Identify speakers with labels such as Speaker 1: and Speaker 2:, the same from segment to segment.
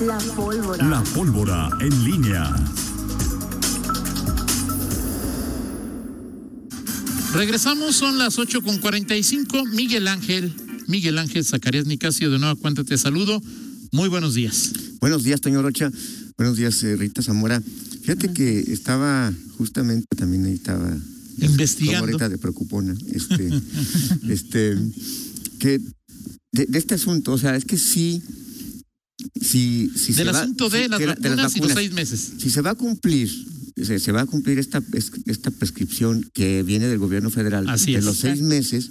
Speaker 1: La pólvora.
Speaker 2: La pólvora en línea.
Speaker 3: Regresamos, son las 8 con 45. Miguel Ángel, Miguel Ángel Zacarías Nicasio, de nuevo cuenta te saludo. Muy buenos días.
Speaker 4: Buenos días, Toño Rocha. Buenos días, eh, Rita Zamora. Fíjate que estaba justamente también ahí estaba
Speaker 3: Investigando.
Speaker 4: Zamorita de preocupona. Este, este, que de, de este asunto, o sea, es que sí, sí, sí
Speaker 3: Del
Speaker 4: se va-
Speaker 3: asunto
Speaker 4: sí,
Speaker 3: de las
Speaker 4: la-
Speaker 3: vacunas y los seis meses.
Speaker 4: si se va a cumplir, se, se va a cumplir esta, es- esta prescripción que viene del gobierno federal
Speaker 3: Así
Speaker 4: de
Speaker 3: es.
Speaker 4: los seis meses.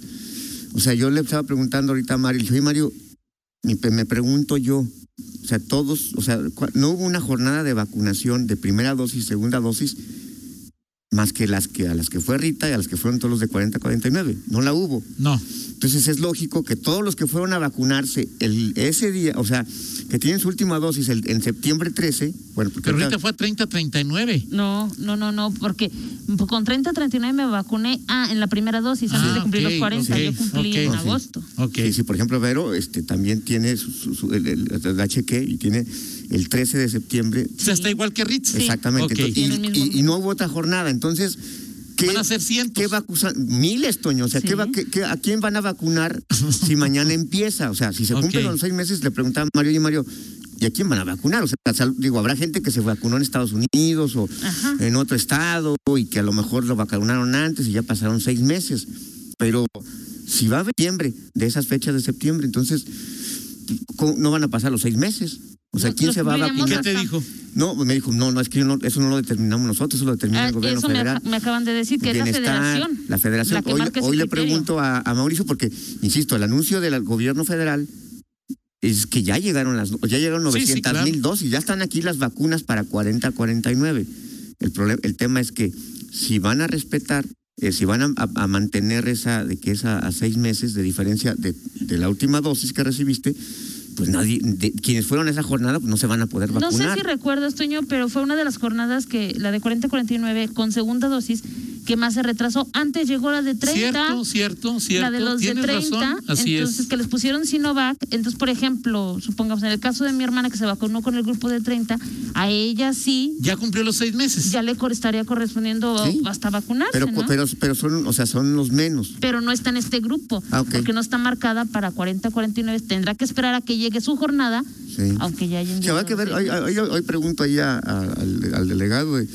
Speaker 4: O sea, yo le estaba preguntando ahorita a Mario, le dije, oye Mario, mi pe- me pregunto yo, o sea, todos, o sea, cua- no hubo una jornada de vacunación de primera dosis, segunda dosis, más que las que a las que fue Rita y a las que fueron todos los de 40 a 49. No la hubo.
Speaker 3: No,
Speaker 4: Entonces es lógico que todos los que fueron a vacunarse el, ese día, o sea, que tienen su última dosis el- en septiembre 13, bueno, porque
Speaker 3: pero
Speaker 4: ahorita-
Speaker 3: ahorita fue a 30-39.
Speaker 1: No, no, no, no, porque con 30 39 me vacuné ah, en la primera dosis antes de cumplir los 40. yo cumplí en
Speaker 4: No, sí.
Speaker 1: agosto.
Speaker 3: Ok.
Speaker 4: Sí, sí, por ejemplo, Vero este, también tiene su, su- su- el, el- el HQ y tiene el 13 de septiembre.
Speaker 3: O sea, está igual que Ritz.
Speaker 4: Exactamente.
Speaker 3: Ok.
Speaker 4: Entonces, y-
Speaker 1: Tiene el mismo.
Speaker 4: y, y no hubo otra jornada. Entonces, ¿qué,
Speaker 3: Van a ser cientos.
Speaker 4: qué vacusa- Miles, Toño. O sea,
Speaker 1: Pues Sí.
Speaker 4: ¿qué va- qué- qué- ¿a quién van a vacunar si mañana empieza? O sea, si se cumplen
Speaker 3: Ok.
Speaker 4: los seis meses, le preguntaba a Mario y Mario. ¿Y a quién van a vacunar? O sea, sal- digo, habrá gente que se vacunó en Estados Unidos o
Speaker 1: Ajá.
Speaker 4: en otro estado y que a lo mejor lo vacunaron antes y ya pasaron seis meses. Pero si va a septiembre, de esas fechas de septiembre, entonces ¿cómo no van a pasar los seis meses. O sea,
Speaker 1: No,
Speaker 4: ¿quién
Speaker 1: los
Speaker 4: se va a
Speaker 1: cubriremos
Speaker 3: ¿Y
Speaker 4: vacunar?
Speaker 3: qué
Speaker 1: hasta-
Speaker 3: te dijo?
Speaker 4: No, me dijo, no, no, es que yo no- eso no lo determinamos nosotros, eso lo determina
Speaker 1: Ah,
Speaker 4: el gobierno
Speaker 1: eso me,
Speaker 4: federal.
Speaker 1: aca- me acaban de decir que es la
Speaker 4: Bienestar,
Speaker 1: federación.
Speaker 4: La federación.
Speaker 1: la que
Speaker 4: hoy
Speaker 1: marca ese
Speaker 4: hoy le
Speaker 1: criterio.
Speaker 4: pregunto a, a Mauricio, porque, insisto, el anuncio del gobierno federal es que ya llegaron las ya llegaron
Speaker 3: Sí, sí,
Speaker 4: 900 mil
Speaker 3: claro.
Speaker 4: dosis, ya están aquí las vacunas para 40 49. El, problema, el tema es que si van a respetar, eh, si van a, a- a mantener esa, de que es a, a seis meses de diferencia de, de la última dosis que recibiste, pues nadie, de- quienes fueron a esa jornada pues no se van a poder
Speaker 1: No
Speaker 4: vacunar.
Speaker 1: sé si recuerdas, Toño, pero fue una de las jornadas que, la de 40-49, con segunda dosis, que más se retrasó. Antes llegó la de 30.
Speaker 3: Cierto, cierto, cierto.
Speaker 1: la de los de
Speaker 3: Tienes
Speaker 1: 30,
Speaker 3: razón. Así
Speaker 1: entonces
Speaker 3: es.
Speaker 1: que les pusieron Sinovac, entonces por ejemplo, supongamos en el caso de mi hermana que se vacunó con el grupo de 30, a ella sí
Speaker 3: Ya cumplió los seis meses.
Speaker 1: ya le cor- estaría correspondiendo
Speaker 4: Sí.
Speaker 1: hasta vacunarse,
Speaker 4: Pero, cu-
Speaker 1: ¿no?
Speaker 4: pero, pero son, o sea, son los menos.
Speaker 1: Pero no está en este grupo,
Speaker 4: Ah, ok.
Speaker 1: porque no está marcada para 40 49, tendrá que esperar a que llegue su jornada,
Speaker 4: Sí.
Speaker 1: aunque ya hayan
Speaker 4: Sí, habrá
Speaker 1: llegado
Speaker 4: que ver,
Speaker 1: los
Speaker 4: hoy,
Speaker 1: seis
Speaker 4: hoy- hoy pregunto ahí a- a- al, al delegado. de,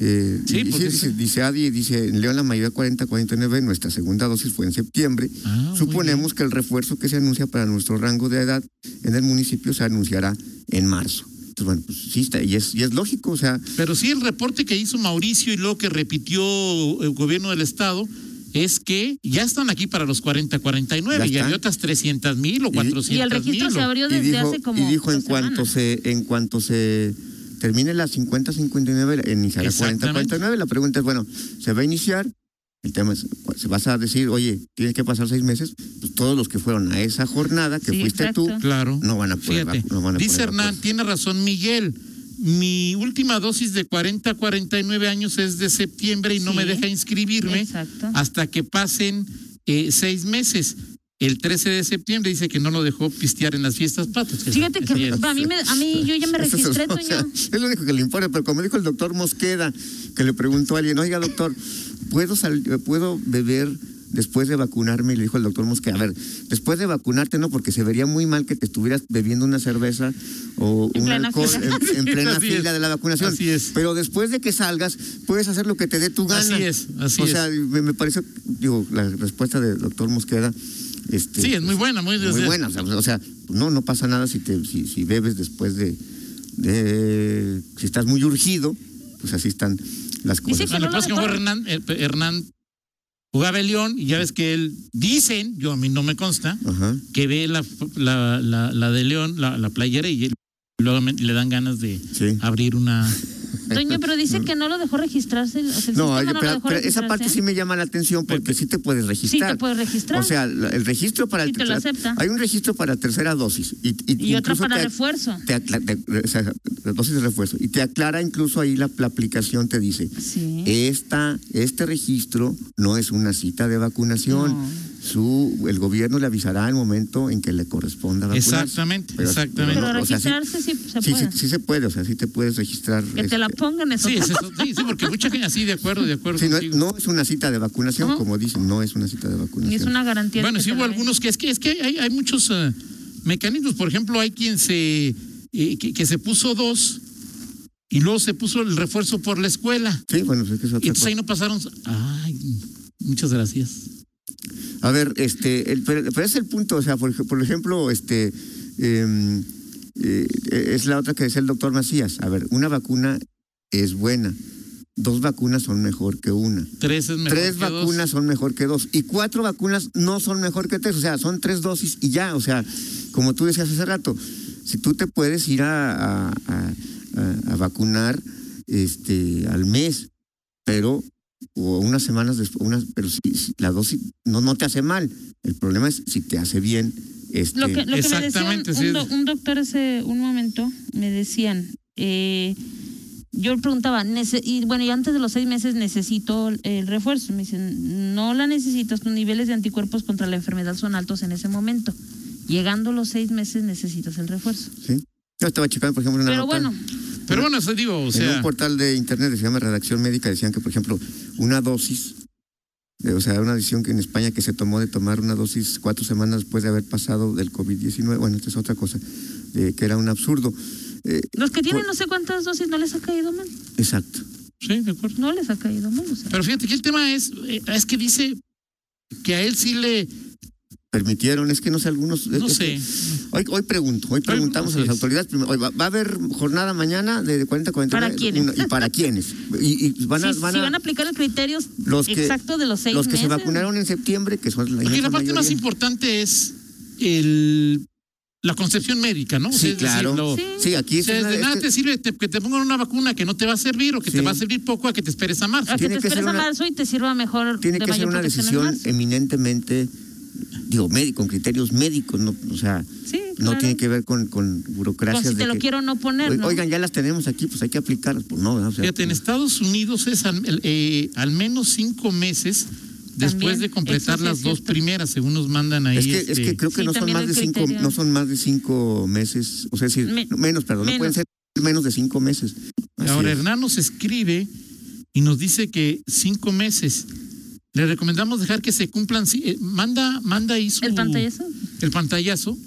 Speaker 4: eh,
Speaker 3: Sí,
Speaker 4: y dice,
Speaker 3: porque
Speaker 4: dice,
Speaker 3: sí.
Speaker 4: dice Adi, dice, en León la mayoría 40-49, nuestra segunda dosis fue en septiembre.
Speaker 3: Ah, muy
Speaker 4: Suponemos que el refuerzo que se anuncia para nuestro rango de edad en el municipio se anunciará en marzo. Entonces, bueno, pues sí, está, y es, y es lógico, o sea,
Speaker 3: Pero sí, el reporte que hizo Mauricio y luego que repitió el gobierno del Estado es que ya están aquí para los 40-49
Speaker 4: Ya
Speaker 3: y había
Speaker 4: están.
Speaker 3: otras 300 mil o
Speaker 4: Y-
Speaker 3: 400
Speaker 1: Y el registro
Speaker 3: mil.
Speaker 1: se abrió
Speaker 4: y
Speaker 1: desde
Speaker 4: dijo,
Speaker 1: hace como
Speaker 4: y dijo en
Speaker 1: dos
Speaker 4: cuanto
Speaker 1: semanas.
Speaker 4: se en cuanto se termine la 50-59 la- iniciará
Speaker 3: Exactamente.
Speaker 4: 40-49 la pregunta es bueno se va a iniciar el tema es cu- se vas a decir oye tienes que pasar seis meses pues todos los que fueron a esa jornada que
Speaker 1: Sí,
Speaker 4: fuiste tú
Speaker 1: exacto.
Speaker 3: Claro.
Speaker 4: no van a poder
Speaker 3: Fíjate.
Speaker 4: vacu- no van a
Speaker 3: Dice
Speaker 4: poder
Speaker 3: Hernán,
Speaker 4: vacunar.
Speaker 3: tiene razón Miguel. Mi última dosis de 40 a 49 años es de septiembre y no
Speaker 1: Sí.
Speaker 3: me deja inscribirme
Speaker 1: Exacto.
Speaker 3: hasta que pasen eh, seis meses. El 13 de septiembre dice que no lo dejó pistear en las fiestas patas.
Speaker 1: Fíjate que a mí, me- a mí yo ya me
Speaker 4: Eso es-
Speaker 1: registré,
Speaker 4: o sea,
Speaker 1: Toño.
Speaker 4: es lo único que le importa, pero como dijo el doctor Mosqueda, que le preguntó a alguien, oiga doctor, ¿puedo, sal- eh, ¿puedo beber después de vacunarme? Y le dijo el doctor Mosqueda, a ver, después de vacunarte no, porque se vería muy mal que te estuvieras bebiendo una cerveza o
Speaker 1: En
Speaker 4: un
Speaker 1: plena
Speaker 4: alcohol
Speaker 1: fila.
Speaker 4: en- en,
Speaker 3: Así
Speaker 4: plena
Speaker 3: es,
Speaker 4: fila de la vacunación.
Speaker 3: así es.
Speaker 4: Pero después de que salgas, puedes hacer lo que te dé tu gana.
Speaker 3: Así es, así
Speaker 4: O sea, me, me pareció, digo, la respuesta del doctor Mosqueda. Este,
Speaker 3: Sí, es muy buena, muy-
Speaker 4: muy buena. O sea, o sea, no, no pasa nada si, te, si, si bebes después de, de- Si estás muy urgido, pues así están las
Speaker 1: Dice
Speaker 4: cosas.
Speaker 1: que-
Speaker 3: Bueno,
Speaker 1: no
Speaker 3: pues
Speaker 1: lo
Speaker 3: que fue
Speaker 1: dejó.
Speaker 3: Hernán, eh, Hernán jugaba el León y ya ves que él, dicen, yo a mí no me consta,
Speaker 4: Ajá.
Speaker 3: que ve la, la, la, la de León, la, la playera y él- luego me- le dan ganas de
Speaker 4: Sí.
Speaker 3: abrir una...
Speaker 1: Toño, pero dice que no lo dejó registrarse. o sea, el
Speaker 4: No,
Speaker 1: sistema
Speaker 4: oye,
Speaker 1: lo
Speaker 4: pero-
Speaker 1: dejó
Speaker 4: pero esa parte
Speaker 1: registrarse.
Speaker 4: sí me llama la atención porque sí te puedes
Speaker 1: Sí,
Speaker 4: registrar.
Speaker 1: te puedes registrar.
Speaker 4: O sea, la- el registro para...
Speaker 1: Sí, te lo acepta.
Speaker 4: Hay un registro para tercera dosis. Y,
Speaker 1: y otra
Speaker 4: incluso
Speaker 1: para
Speaker 4: te-
Speaker 1: refuerzo.
Speaker 4: te acla- te- o sea, la dosis de refuerzo. Y te aclara incluso ahí la, la aplicación, te dice,
Speaker 1: Sí.
Speaker 4: esta, este registro no es una cita de vacunación.
Speaker 1: No.
Speaker 4: su, el gobierno le avisará al momento en que le corresponda vacunarse.
Speaker 3: Exactamente,
Speaker 4: Pero-
Speaker 3: exactamente.
Speaker 1: Pero
Speaker 4: o sea, sí-
Speaker 1: registrarse sí, se
Speaker 4: Sí, sí,
Speaker 1: puede.
Speaker 4: sí se puede, o sea, sí te puedes registrar.
Speaker 1: que te la
Speaker 4: este,
Speaker 1: pongan es
Speaker 3: Sí,
Speaker 1: otra
Speaker 3: es eso. sí, sí, porque mucha gente así, de acuerdo, de acuerdo.
Speaker 4: sí, no,
Speaker 3: contigo.
Speaker 4: no es una cita de vacunación,
Speaker 1: Ajá.
Speaker 4: como dicen, no es una cita de
Speaker 1: Y
Speaker 4: vacunación.
Speaker 1: es una garantía. de
Speaker 3: Bueno,
Speaker 1: que
Speaker 3: sí
Speaker 1: te
Speaker 3: hubo
Speaker 1: la den.
Speaker 3: algunos que es que es que hay, hay muchos eh, mecanismos. Por ejemplo, hay quien se eh, que, que se puso dos y luego se puso el refuerzo por la escuela.
Speaker 4: Sí, bueno, pues es que es
Speaker 3: Y
Speaker 4: otra
Speaker 3: entonces ahí
Speaker 4: cosa.
Speaker 3: no pasaron. Ay, muchas gracias.
Speaker 4: A ver, este, el- pero, pero es el punto, o sea, por, ej- por ejemplo, este, em, eh, es la otra que decía el doctor Macías. A ver, una vacuna es buena, dos vacunas son mejor que una.
Speaker 3: Tres es mejor.
Speaker 4: tres
Speaker 3: que dos.
Speaker 4: vacunas son mejor que dos y cuatro vacunas no son mejor que tres, o sea, son tres dosis y ya, o sea, como tú decías hace rato, si tú te puedes ir a, a- a- a- a vacunar este, al mes, pero o unas semanas después, unas, pero si, si la dosis no, no te hace mal, el problema es si te hace bien. Este,
Speaker 1: Lo que, lo que me decía un,
Speaker 3: Exactamente, sí.
Speaker 1: un do- un doctor hace un momento, me decían, eh, yo le preguntaba, nece- y bueno, y antes de los seis meses necesito el refuerzo. Me dicen, no la necesitas, tus niveles de anticuerpos contra la enfermedad son altos en ese momento. Llegando los seis meses necesitas el refuerzo.
Speaker 4: ¿sí? Yo estaba checando, por ejemplo, una
Speaker 1: Pero
Speaker 4: nota-
Speaker 1: bueno,
Speaker 3: Pero bueno, eso digo, o
Speaker 4: en
Speaker 3: sea,
Speaker 4: un portal de internet que se llama Redacción Médica decían que, por ejemplo, una dosis, eh, o sea, una decisión que en España que se tomó de tomar una dosis cuatro semanas después de haber pasado del COVID-19, bueno, esta es otra cosa, eh, que era un absurdo. Eh,
Speaker 1: los que tienen
Speaker 4: por-
Speaker 1: no sé cuántas dosis no les ha caído mal.
Speaker 4: Exacto.
Speaker 3: sí, de acuerdo.
Speaker 1: No les ha caído mal. o sea.
Speaker 3: Pero fíjate que el tema es eh, es que dice que a él sí le
Speaker 4: Permitieron, es que no sé, algunos... eh,
Speaker 3: no
Speaker 4: es
Speaker 3: sé.
Speaker 4: que- Hoy, hoy pregunto, hoy preguntamos a las
Speaker 3: así es.
Speaker 4: autoridades, primero, hoy va, va a haber jornada mañana de 40 a 49.
Speaker 1: ¿Para quiénes?
Speaker 4: una- ¿Y para quiénes? Y, y van a...
Speaker 1: si,
Speaker 4: van
Speaker 1: si
Speaker 4: a-
Speaker 1: van a aplicar el criterio
Speaker 4: los que,
Speaker 1: exacto de los seis
Speaker 4: los que
Speaker 1: meses.
Speaker 4: se vacunaron en septiembre, que son la
Speaker 3: Porque
Speaker 4: inmensa
Speaker 3: la parte más
Speaker 4: mayoría.
Speaker 3: importante es el la concepción médica, ¿no? O sea,
Speaker 4: Sí,
Speaker 3: es decir,
Speaker 4: claro.
Speaker 3: lo-
Speaker 1: Sí.
Speaker 4: Sí, aquí
Speaker 3: O
Speaker 4: es
Speaker 3: sea,
Speaker 4: una- este,
Speaker 3: de
Speaker 4: es
Speaker 3: nada
Speaker 4: que-
Speaker 3: te sirve te- que te pongan una vacuna que no te va a servir o que te
Speaker 4: Sí.
Speaker 3: va a servir poco a que te esperes a marzo.
Speaker 1: a que
Speaker 4: Tiene
Speaker 1: te
Speaker 4: que ser
Speaker 1: esperes a
Speaker 4: una-
Speaker 1: marzo y te sirva mejor.
Speaker 4: tiene
Speaker 1: de
Speaker 4: que ser
Speaker 1: mayor
Speaker 4: una
Speaker 1: protección en
Speaker 4: decisión
Speaker 1: marzo.
Speaker 4: eminentemente, digo, médico, con criterios médicos, no, o sea,
Speaker 1: Sí,
Speaker 4: no
Speaker 1: claro.
Speaker 4: tiene que ver con, con
Speaker 1: Pues,
Speaker 4: burocracias.
Speaker 1: si
Speaker 4: de
Speaker 1: te lo
Speaker 4: que,
Speaker 1: quiero no poner,
Speaker 4: "Oy-
Speaker 1: ¿no?
Speaker 4: Oigan, ya las tenemos aquí, pues hay que aplicarlas, pues no, ¿verdad? O sea,
Speaker 3: Fíjate, en Estados Unidos es al, el- eh, al menos cinco meses después
Speaker 1: También,
Speaker 3: de completar
Speaker 1: eso sí
Speaker 3: las
Speaker 1: es
Speaker 3: dos
Speaker 1: cierto.
Speaker 3: primeras, según nos mandan ahí.
Speaker 4: es que,
Speaker 3: este,
Speaker 4: es que creo que
Speaker 1: Sí,
Speaker 4: no son
Speaker 1: también
Speaker 4: más
Speaker 1: el
Speaker 4: de cinco,
Speaker 1: criterio.
Speaker 4: no son más de cinco meses, o sea, es decir,
Speaker 1: Me-
Speaker 4: no, menos, perdón, no pueden
Speaker 1: menos.
Speaker 4: ser menos de cinco meses. Así
Speaker 3: Ahora,
Speaker 4: es.
Speaker 3: Hernán nos escribe y nos dice que cinco meses. Le recomendamos dejar que se cumplan. sí, eh, manda, manda ahí su.
Speaker 1: ¿El pantallazo?
Speaker 3: El pantallazo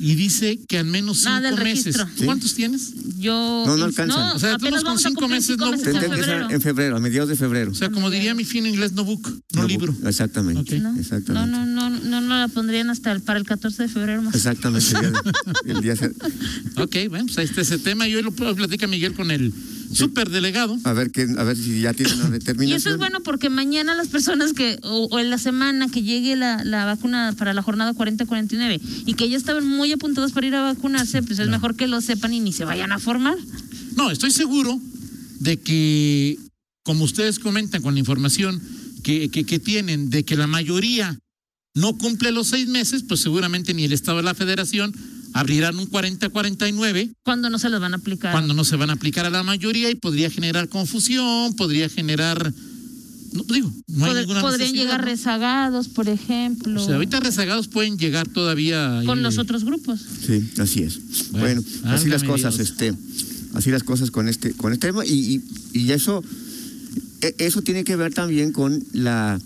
Speaker 3: y dice que al menos cinco
Speaker 1: Ah, del
Speaker 3: meses.
Speaker 1: registro.
Speaker 4: Sí.
Speaker 3: ¿Cuántos tienes?
Speaker 1: Yo.
Speaker 4: No, no
Speaker 1: en-
Speaker 4: alcanzan.
Speaker 1: No,
Speaker 3: O sea, de todos
Speaker 1: apenas
Speaker 3: modos,
Speaker 1: vamos
Speaker 3: con
Speaker 1: a
Speaker 3: cinco
Speaker 1: cumplir
Speaker 3: meses
Speaker 1: cinco
Speaker 3: no-
Speaker 1: meses en
Speaker 4: Tendría que ser
Speaker 1: febrero.
Speaker 4: en febrero, a mediados de febrero.
Speaker 3: O sea, como diría mi fin en inglés, no book, no, libro.
Speaker 4: Exactamente,
Speaker 3: Ok.
Speaker 1: ¿No?
Speaker 4: exactamente.
Speaker 1: No, no, no, no, no la pondrían hasta el, para el 14 de febrero más.
Speaker 4: Exactamente, el día- el día se-
Speaker 3: Ok, bueno, pues ahí está ese tema. Y hoy lo platica Miguel con el superdelegado.
Speaker 4: a ver que, a ver si ya tienen una determinación.
Speaker 1: Y eso es bueno porque mañana las personas que, o, o en la semana que llegue la, la vacuna para la jornada 40-49 y que ya estaban muy apuntados para ir a vacunarse, pues es mejor que lo sepan y ni se vayan a formar.
Speaker 3: No, estoy seguro de que, como ustedes comentan con la información que, que, que tienen, de que la mayoría no cumple los seis meses, pues seguramente ni el Estado de la Federación abrirán un 40-49
Speaker 1: Cuando no se los van a aplicar.
Speaker 3: cuando no se van a aplicar a la mayoría y podría generar confusión, podría generar... No digo, no hay
Speaker 1: Pod-
Speaker 3: ninguna
Speaker 1: podrían
Speaker 3: necesidad,
Speaker 1: llegar
Speaker 3: ¿no?
Speaker 1: rezagados, por ejemplo.
Speaker 3: O sea, ahorita rezagados pueden llegar todavía... ahí.
Speaker 1: con los otros grupos.
Speaker 4: Sí, así es.
Speaker 3: Bueno,
Speaker 4: Bueno, así las
Speaker 3: válgame
Speaker 4: cosas,
Speaker 3: Pues, Dios.
Speaker 4: este, así las cosas con este, con este tema y, y, y eso, e- eso tiene que ver también con la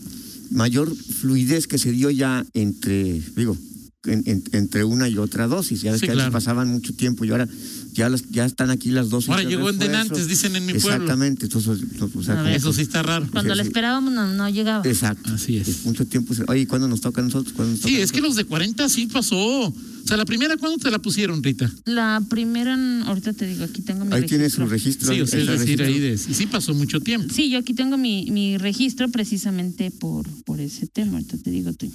Speaker 4: mayor fluidez que se dio ya entre, digo, en- en- entre una y otra dosis. Ya ves
Speaker 3: Sí,
Speaker 4: que antes
Speaker 3: claro.
Speaker 4: pasaban mucho tiempo y ahora ya las, ya están aquí las dosis.
Speaker 3: Ahora
Speaker 4: de
Speaker 3: llegó en
Speaker 4: refuerzo.
Speaker 3: denantes, dicen en mi pueblo. Ah,
Speaker 4: Exactamente, entonces, o sea,
Speaker 1: A
Speaker 4: como
Speaker 1: ver.
Speaker 3: Eso
Speaker 4: que-
Speaker 3: sí está raro.
Speaker 1: Cuando
Speaker 4: Sí,
Speaker 1: la
Speaker 4: sí.
Speaker 1: esperábamos no, no llegaba.
Speaker 4: Exacto.
Speaker 3: Así es.
Speaker 4: Mucho tiempo. se- Oye, ¿cuándo nos toca a nosotros? ¿Cuándo nos
Speaker 3: Sí,
Speaker 4: toca a
Speaker 3: es que los
Speaker 4: nosotros?
Speaker 3: de 40 sí pasó. O sea, la primera, ¿cuándo te la pusieron, Rita?
Speaker 1: La primera, en- ahorita te digo, aquí tengo mi
Speaker 4: Ahí
Speaker 1: registro.
Speaker 4: tiene su registro.
Speaker 3: Sí, o sea, es
Speaker 4: está
Speaker 3: decir,
Speaker 4: registrado.
Speaker 3: ahí de... Sí pasó mucho tiempo.
Speaker 1: Sí, yo aquí tengo mi, mi registro precisamente por, por ese tema. Ahorita te digo, Toño.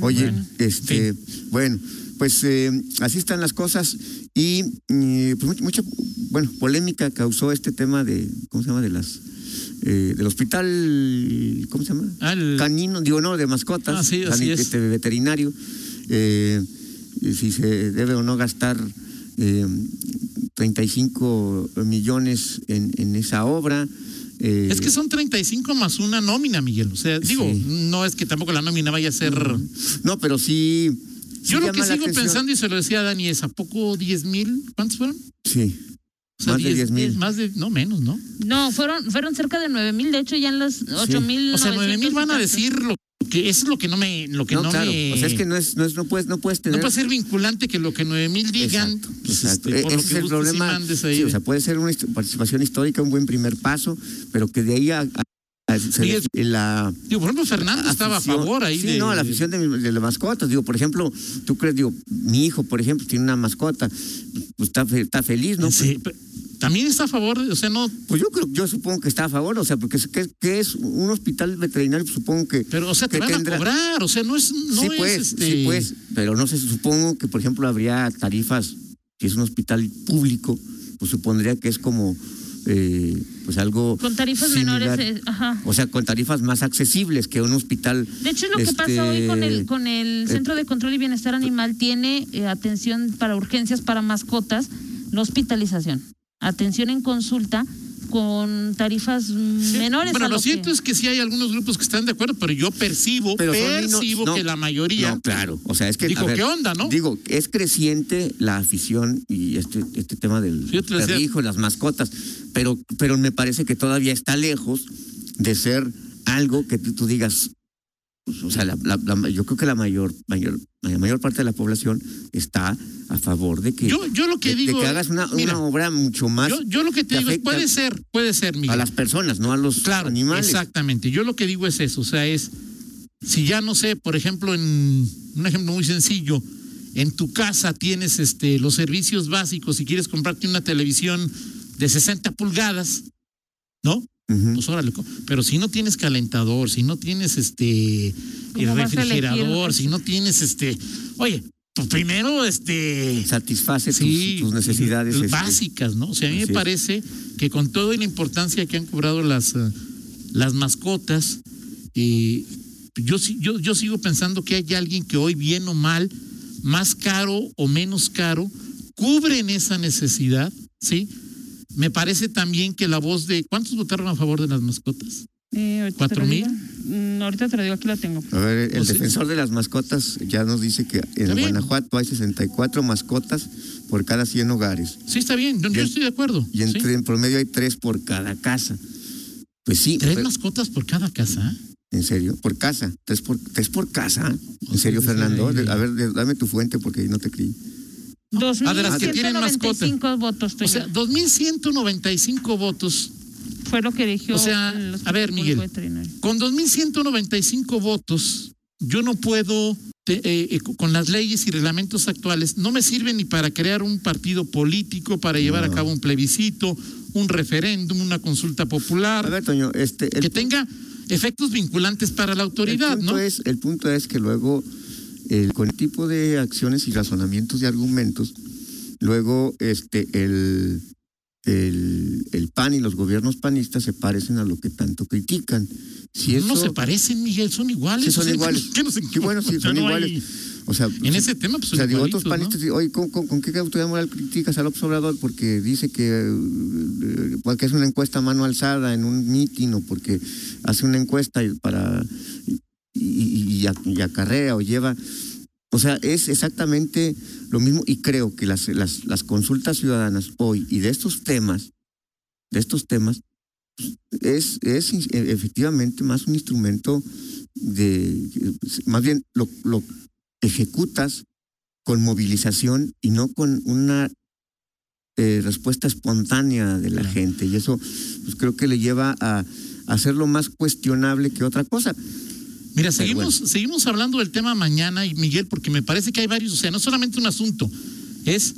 Speaker 4: Oye,
Speaker 3: Bueno,
Speaker 4: este, bueno, pues eh, así están las cosas y eh, pues mucha, mucha, bueno, polémica causó este tema de, ¿cómo se llama? De las, eh, del hospital, ¿cómo se llama?
Speaker 3: Ah, el-
Speaker 4: Canino, digo, no, de mascotas,
Speaker 3: Ah, sí, así
Speaker 4: sanit-
Speaker 3: es.
Speaker 4: este, veterinario, eh, y si se debe o no gastar eh, 35 millones en, en esa obra. eh,
Speaker 3: Es que son 35 más una nómina, Miguel. O sea, digo,
Speaker 4: Sí.
Speaker 3: no es que tampoco la nómina vaya a ser.
Speaker 4: No, pero sí. sí
Speaker 3: Yo lo
Speaker 4: llama
Speaker 3: que
Speaker 4: la
Speaker 3: sigo
Speaker 4: atención.
Speaker 3: pensando, y se lo decía a Dani, es ¿a poco 10 mil? ¿Cuántos fueron?
Speaker 4: Sí.
Speaker 3: O sea,
Speaker 4: Más de 10,000.
Speaker 3: Más de, no, menos, ¿no?
Speaker 1: No, fueron, fueron cerca de 9 mil, de hecho ya en las 8 mil.
Speaker 3: O sea, 9 mil van a decir lo que. Eso es lo que no me. Lo que
Speaker 4: no,
Speaker 3: no,
Speaker 4: claro.
Speaker 3: me-
Speaker 4: O sea, es que no, es, no, es- no puedes, no puedes tener.
Speaker 3: No puede ser vinculante que lo que 9 mil digan.
Speaker 4: Exacto,
Speaker 3: pues,
Speaker 4: exacto.
Speaker 3: este,
Speaker 4: E-
Speaker 3: por
Speaker 4: Ese
Speaker 3: lo
Speaker 4: es
Speaker 3: que
Speaker 4: el
Speaker 3: gustes y
Speaker 4: problema.
Speaker 3: mandes ahí.
Speaker 4: Sí, o sea, puede ser una histo- participación histórica, un buen primer paso, pero que de ahí a, a- a- se- eh,
Speaker 3: Miguel,
Speaker 4: la
Speaker 3: Digo, por ejemplo, Fernando estaba a
Speaker 4: afición-
Speaker 3: favor ahí
Speaker 4: sí,
Speaker 3: de.
Speaker 4: no, la afición de, mi- de las mascotas. Digo, por ejemplo, tú crees, digo, mi hijo, por ejemplo, tiene una mascota, pues está, fe- está feliz, ¿no?
Speaker 3: Sí, pero también está a favor, o sea, no.
Speaker 4: Pues yo creo, yo supongo que está a favor, o sea, porque es, que, que es un hospital veterinario, supongo que.
Speaker 3: Pero, o sea, te
Speaker 4: que
Speaker 3: van
Speaker 4: tendrá-
Speaker 3: a cobrar, o sea, no es. No
Speaker 4: sí,
Speaker 3: es,
Speaker 4: pues,
Speaker 3: este...
Speaker 4: sí, pues, pero no sé, supongo que, por ejemplo, habría tarifas, si es un hospital público, pues supondría que es como, eh, pues algo...
Speaker 1: Con tarifas
Speaker 4: similar.
Speaker 1: menores, eh, ajá.
Speaker 4: O sea, con tarifas más accesibles que un hospital...
Speaker 1: De hecho, es lo que
Speaker 4: este, eh,
Speaker 1: pasa hoy con el, con el Centro de Control y Bienestar Animal. Tiene eh, atención para urgencias para mascotas, no hospitalización. Atención en consulta con tarifas mm,
Speaker 3: Sí.
Speaker 1: menores.
Speaker 3: Bueno,
Speaker 1: a
Speaker 3: lo
Speaker 1: que-
Speaker 3: cierto es que sí hay algunos grupos que están de acuerdo, pero yo percibo,
Speaker 4: Pero son
Speaker 3: percibo
Speaker 4: mino- no,
Speaker 3: que la mayoría.
Speaker 4: No, claro. O sea, es que.
Speaker 3: Digo,
Speaker 4: a ver,
Speaker 3: ¿qué onda, no?
Speaker 4: Digo, es creciente la afición y este, este tema del
Speaker 3: Yo te decía-
Speaker 4: perrijo, las mascotas, pero, pero me parece que todavía está lejos de ser algo que tú, tú digas. pues, O sea, la- la- la- yo creo que la mayor, mayor, la mayor parte de la población está a favor de que,
Speaker 3: Yo- yo lo que
Speaker 4: de- de
Speaker 3: digo-
Speaker 4: que hagas una,
Speaker 3: mira,
Speaker 4: una obra mucho más
Speaker 3: Yo, yo lo que te,
Speaker 4: te
Speaker 3: digo es,
Speaker 4: afecta-
Speaker 3: puede ser, puede ser, Miguel.
Speaker 4: a las personas, no a los
Speaker 3: Claro,
Speaker 4: animales.
Speaker 3: exactamente. Yo lo que digo es eso, o sea, es si ya no sé, por ejemplo, en un ejemplo muy sencillo, en tu casa tienes este los servicios básicos y quieres comprarte una televisión de 60 pulgadas, ¿no?
Speaker 4: Ujú.
Speaker 3: Pues órale, co- pero si no tienes calentador, si no tienes este
Speaker 1: ¿Cómo
Speaker 3: el
Speaker 1: vas a elegir?
Speaker 3: refrigerador, si no tienes este, oye, pues primero este
Speaker 4: Satisface tus-
Speaker 3: Sí,
Speaker 4: tus, necesidades.
Speaker 3: l-
Speaker 4: este,
Speaker 3: básicas, ¿no? O sea, a mí
Speaker 4: Así
Speaker 3: me
Speaker 4: es.
Speaker 3: parece que con toda la importancia que han cobrado las, eh, las mascotas, eh, yo, sí- yo, yo sigo pensando que hay alguien que hoy, bien o mal, más caro o menos caro, cubren esa necesidad, ¿sí? Me parece también que la voz de... ¿Cuántos votaron a favor de las mascotas?
Speaker 1: Eh, ahorita
Speaker 3: ¿Cuatro
Speaker 1: te lo
Speaker 3: mil?
Speaker 1: digo. Mm, ahorita te lo digo, aquí lo tengo.
Speaker 4: A ver, el
Speaker 3: Pues sí.
Speaker 4: defensor de las mascotas ya nos dice que en
Speaker 3: Está bien.
Speaker 4: Guanajuato hay 64 mascotas por cada 100 hogares.
Speaker 3: Sí, está bien, yo, yo
Speaker 4: Y en-
Speaker 3: estoy de acuerdo.
Speaker 4: Y en,
Speaker 3: ¿sí?
Speaker 4: tre- en promedio hay 3 por cada casa. Pues sí,
Speaker 3: ¿Tres
Speaker 4: pero-
Speaker 3: mascotas por cada casa? ¿eh?
Speaker 4: en serio, por casa. ¿Tres por, tres por casa? ¿En
Speaker 3: sea,
Speaker 4: serio,
Speaker 3: que sea
Speaker 4: Fernando?
Speaker 3: Ah, pues ahí.
Speaker 4: De- A ver, de- dame tu fuente porque ahí no te creí.
Speaker 1: Dos
Speaker 3: Ah, de las que tienen
Speaker 1: votos
Speaker 3: O sea,
Speaker 1: tengo.
Speaker 3: 2.195 votos
Speaker 1: fue lo que eligió.
Speaker 3: o sea,
Speaker 1: el
Speaker 3: a ver,
Speaker 1: Grupo
Speaker 3: Miguel.
Speaker 1: Veterinario.
Speaker 3: Con 2.195 votos, yo no puedo, te- eh, eh, con las leyes y reglamentos actuales, no me sirven ni para crear un partido político, para llevar a cabo un plebiscito, un referéndum, una consulta
Speaker 4: A
Speaker 3: popular,
Speaker 4: ver, Toño, este...
Speaker 3: que
Speaker 4: el pu-
Speaker 3: tenga efectos vinculantes para la autoridad,
Speaker 4: el punto
Speaker 3: ¿no?
Speaker 4: Es, el punto es que luego, el, con el tipo de acciones y razonamientos y argumentos, luego este, el, el, el PAN y los gobiernos panistas se parecen a lo que tanto critican. Si
Speaker 3: no
Speaker 4: eso-
Speaker 3: se parecen, Miguel, son iguales.
Speaker 4: Sí, son
Speaker 3: o sea,
Speaker 4: iguales.
Speaker 3: ¿Qué nos
Speaker 4: Qué bueno, sí,
Speaker 3: o sea,
Speaker 4: son
Speaker 3: no hay-
Speaker 4: iguales. O sea,
Speaker 3: En ese tema, pues
Speaker 4: o sea,
Speaker 3: son
Speaker 4: digo,
Speaker 3: igualitos,
Speaker 4: otros
Speaker 3: ¿no?
Speaker 4: panistas, dicen, oye, ¿con, con, con qué autoridad moral criticas a López Obrador? Porque dice que eh, porque hace una encuesta a mano alzada en un mitin o porque hace una encuesta y- para y, y- y a- y acarrea o lleva. O sea, es exactamente lo mismo y creo que las, las, las consultas ciudadanas hoy y de estos temas, de estos temas, es, es in- e- efectivamente más un instrumento de, más bien lo, lo ejecutas con movilización y no con una eh, respuesta espontánea de la
Speaker 3: Claro.
Speaker 4: gente. Y eso pues, creo que le lleva a hacerlo más cuestionable que otra cosa.
Speaker 3: Mira,
Speaker 4: Pero
Speaker 3: seguimos, seguimos hablando del tema mañana, y Miguel, porque me parece que hay varios, o sea, no solamente un asunto, es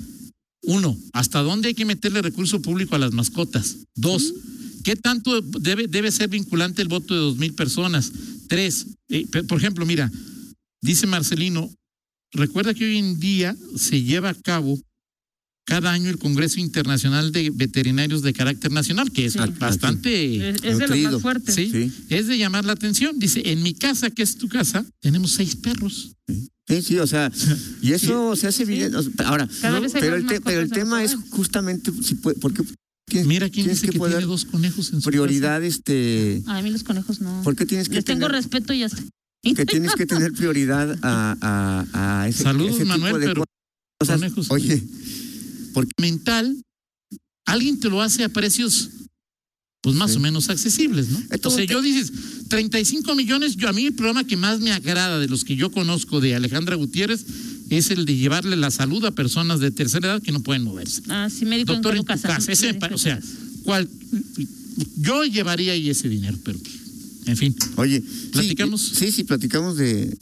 Speaker 3: uno, ¿hasta dónde hay que meterle recurso público a las mascotas? Dos, ¿qué tanto debe, debe ser vinculante el voto de dos mil personas? Tres, eh, pe- por ejemplo, mira, dice Marcelino, recuerda que hoy en día se lleva a cabo cada año el Congreso Internacional de Veterinarios de Carácter Nacional, que es
Speaker 1: Sí.
Speaker 3: bastante...
Speaker 1: Es, es de los
Speaker 4: nutrido.
Speaker 1: más fuertes.
Speaker 3: Sí,
Speaker 4: Sí.
Speaker 3: es de llamar la atención. Dice, en mi casa, que es tu casa, tenemos seis perros.
Speaker 4: Sí, sí, o sea, y eso se hace evidente. o sea, Ahora,
Speaker 1: Cada vez hay
Speaker 4: pero,
Speaker 1: más
Speaker 4: el te-
Speaker 1: mascotas
Speaker 4: pero el
Speaker 1: en los
Speaker 4: tema es
Speaker 1: hogares.
Speaker 4: justamente si puede, porque ¿Qué-
Speaker 3: Mira quién
Speaker 4: tienes
Speaker 3: dice que,
Speaker 4: poder-
Speaker 3: tiene dos conejos en su
Speaker 4: prioridad, este.
Speaker 1: A mí los conejos no.
Speaker 4: ¿Por qué tienes que
Speaker 1: Les tengo
Speaker 4: tener,
Speaker 1: respeto y ya está.
Speaker 4: que tienes que tener prioridad a, a, a ese,
Speaker 3: Saludos,
Speaker 4: ese tipo
Speaker 3: Manuel,
Speaker 4: de
Speaker 3: pero-
Speaker 4: cosas?
Speaker 3: conejos.
Speaker 4: Oye,
Speaker 3: casa. mental. Alguien te lo hace a precios pues más
Speaker 4: Sí.
Speaker 3: o menos accesibles, ¿no?
Speaker 4: Entonces,
Speaker 3: o sea,
Speaker 4: te-
Speaker 3: yo dices, 35 millones, yo a mí el programa que más me agrada de los que yo conozco de Alejandra Gutiérrez es el de llevarle la salud a personas de tercera edad que no pueden moverse.
Speaker 1: Ah, sí, médico
Speaker 3: Doctor
Speaker 1: en
Speaker 3: en tu
Speaker 1: Colucas,
Speaker 3: casa,
Speaker 1: sí,
Speaker 3: ese me
Speaker 1: médico
Speaker 3: pare-
Speaker 1: en
Speaker 3: o sea,
Speaker 1: Colucas.
Speaker 3: cual- yo llevaría ahí ese dinero, pero en fin.
Speaker 4: Oye,
Speaker 3: ¿Platicamos?
Speaker 4: Sí, sí, sí, platicamos de,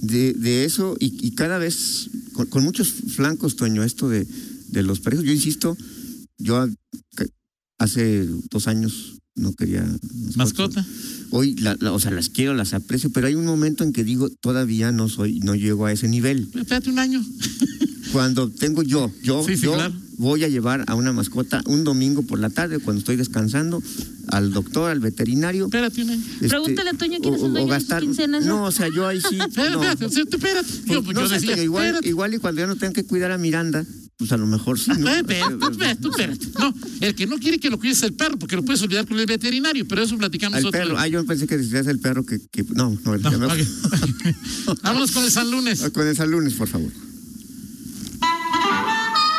Speaker 4: de, de eso y, y cada vez con, con muchos flancos, Toño, esto de, de los precios. Yo insisto, yo a- ca- hace dos años no quería mascotas.
Speaker 3: Mascota.
Speaker 4: Hoy, la- la- o sea, las quiero, las aprecio, pero hay un momento en que digo, todavía no soy, no llego a ese nivel.
Speaker 3: Espérate un año.
Speaker 4: Cuando tengo yo, yo,
Speaker 3: Sí, sí,
Speaker 4: yo
Speaker 3: claro.
Speaker 4: voy a llevar a una mascota un domingo por la tarde cuando estoy descansando al doctor, al veterinario.
Speaker 3: Espérate un año.
Speaker 4: este,
Speaker 1: Pregúntale a Toño quién es el dueño de sus quincenas,
Speaker 4: No,
Speaker 1: ¿no? pues
Speaker 4: o sea, yo ahí sí.
Speaker 3: Espérate,
Speaker 4: no.
Speaker 3: espérate, espérate, espérate. Yo,
Speaker 4: Pues,
Speaker 3: yo
Speaker 4: no sé,
Speaker 3: decía,
Speaker 4: pero igual,
Speaker 3: espérate.
Speaker 4: igual y cuando ya no tengan que cuidar a Miranda, pues a lo mejor sí. ¿no?
Speaker 3: Ah, espérate, espérate, espérate. No, el que no quiere que lo cuides es el perro, porque lo puedes olvidar con el veterinario, pero eso platicamos
Speaker 4: Al
Speaker 3: otro
Speaker 4: perro.
Speaker 3: día.
Speaker 4: Ah, yo pensé que decías el perro que. que- no, no, el
Speaker 3: No,
Speaker 4: perro.
Speaker 3: ok. Vámonos con el San Lunes.
Speaker 4: Con el San Lunes, por favor.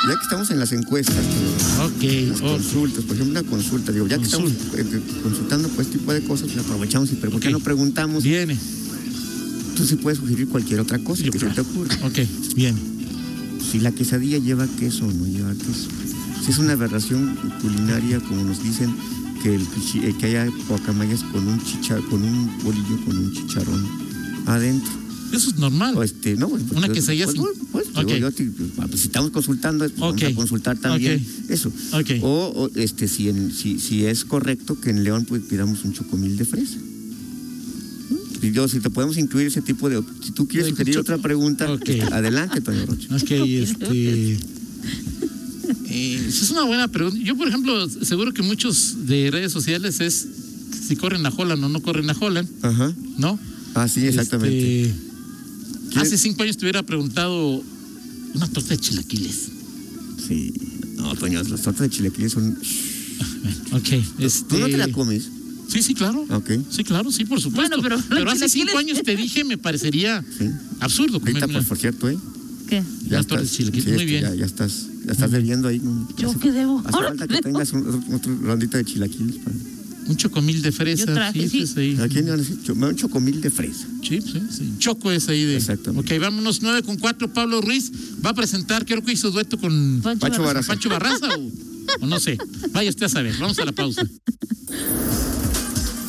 Speaker 4: Ya que estamos en las encuestas,
Speaker 3: Ok, ok.
Speaker 4: las consultas, por ejemplo, una consulta, digo, ya que estamos eh, consultando pues tipo de cosas, pues, aprovechamos y preguntamos,
Speaker 3: Ok.
Speaker 4: no preguntamos,
Speaker 3: Viene.
Speaker 4: tú sí puedes sugerir cualquier otra cosa
Speaker 3: Yo
Speaker 4: que se
Speaker 3: creo.
Speaker 4: te ocurra.
Speaker 3: Ok, viene.
Speaker 4: Si la quesadilla lleva queso o no lleva queso. Si es una aberración culinaria, como nos dicen, que, el, pichi- eh, que haya guacamayas con un chicha, con un bolillo, con un chicharrón adentro.
Speaker 3: Eso es normal.
Speaker 4: O este, no, bueno, pues,
Speaker 3: Una
Speaker 4: yo-
Speaker 3: quesadilla
Speaker 4: pues,
Speaker 3: sin-
Speaker 4: bueno, pues,
Speaker 3: Ok.
Speaker 4: digo, yo te- ah, pues, si estamos consultando, pues, vamos
Speaker 3: Ok.
Speaker 4: a consultar también eso.
Speaker 3: Ok.
Speaker 4: O, o, este, si, en- si, si es correcto que en León pues, pidamos un chocomil de fresa. Y yo, si te podemos incluir ese tipo de. Si tú quieres
Speaker 3: Ay,
Speaker 4: sugerir
Speaker 3: cho-
Speaker 4: otra pregunta,
Speaker 3: Ok.
Speaker 4: adelante, Toño Rocha.
Speaker 3: Ok, este. eh, esa es una buena pregunta. Yo, por ejemplo, seguro que muchos de redes sociales es si corren a Holland o no corren a Holland,
Speaker 4: Ajajá.
Speaker 3: ¿no?
Speaker 4: Ah, sí, exactamente.
Speaker 3: Este,
Speaker 4: ¿Qué-
Speaker 3: hace cinco años te hubiera preguntado una torta de chilaquiles.
Speaker 4: Sí. No, Toño, las tortas de chilaquiles son.
Speaker 3: Ok, este.
Speaker 4: ¿Tú no te la comes? Ah,
Speaker 3: Sí, sí, claro.
Speaker 4: Ok.
Speaker 3: Sí, claro, sí, por supuesto.
Speaker 1: Bueno,
Speaker 3: pero
Speaker 1: pero-
Speaker 3: hace cinco
Speaker 1: chilaquiles.
Speaker 3: años te dije, me parecería
Speaker 4: Sí.
Speaker 3: absurdo
Speaker 4: Ahorita,
Speaker 3: comerme
Speaker 4: por, por cierto, ¿eh?
Speaker 1: ¿Qué?
Speaker 4: Ya
Speaker 3: Las tortas
Speaker 4: estás,
Speaker 3: de chilaquiles,
Speaker 4: sí,
Speaker 3: muy
Speaker 4: este,
Speaker 3: bien.
Speaker 4: Ya, ya estás, ya estás bebiendo ahí. ¿no?
Speaker 1: ¿Yo
Speaker 4: Hace-
Speaker 1: qué debo?
Speaker 4: Hace
Speaker 1: Ahora
Speaker 4: falta que
Speaker 1: debo.
Speaker 4: tengas un- otro, otro rondito de chilaquiles. para-
Speaker 3: un chocomil de fresa.
Speaker 1: Yo traje,
Speaker 3: sí,
Speaker 1: sí.
Speaker 3: sí, sí.
Speaker 4: ¿A quién le van a decir? Yo- me un chocomil de fresa.
Speaker 3: Sí, sí, sí. Choco es ahí de.
Speaker 4: Exactamente.
Speaker 3: Ok, vámonos 9 con 4. Pablo Ruiz va a presentar, creo que hizo dueto con
Speaker 1: Pancho
Speaker 4: Pancho
Speaker 1: Barraza.
Speaker 4: Barraza.
Speaker 3: Pancho Barraza o, o no sé. Vaya usted a saber. Vamos a la pausa.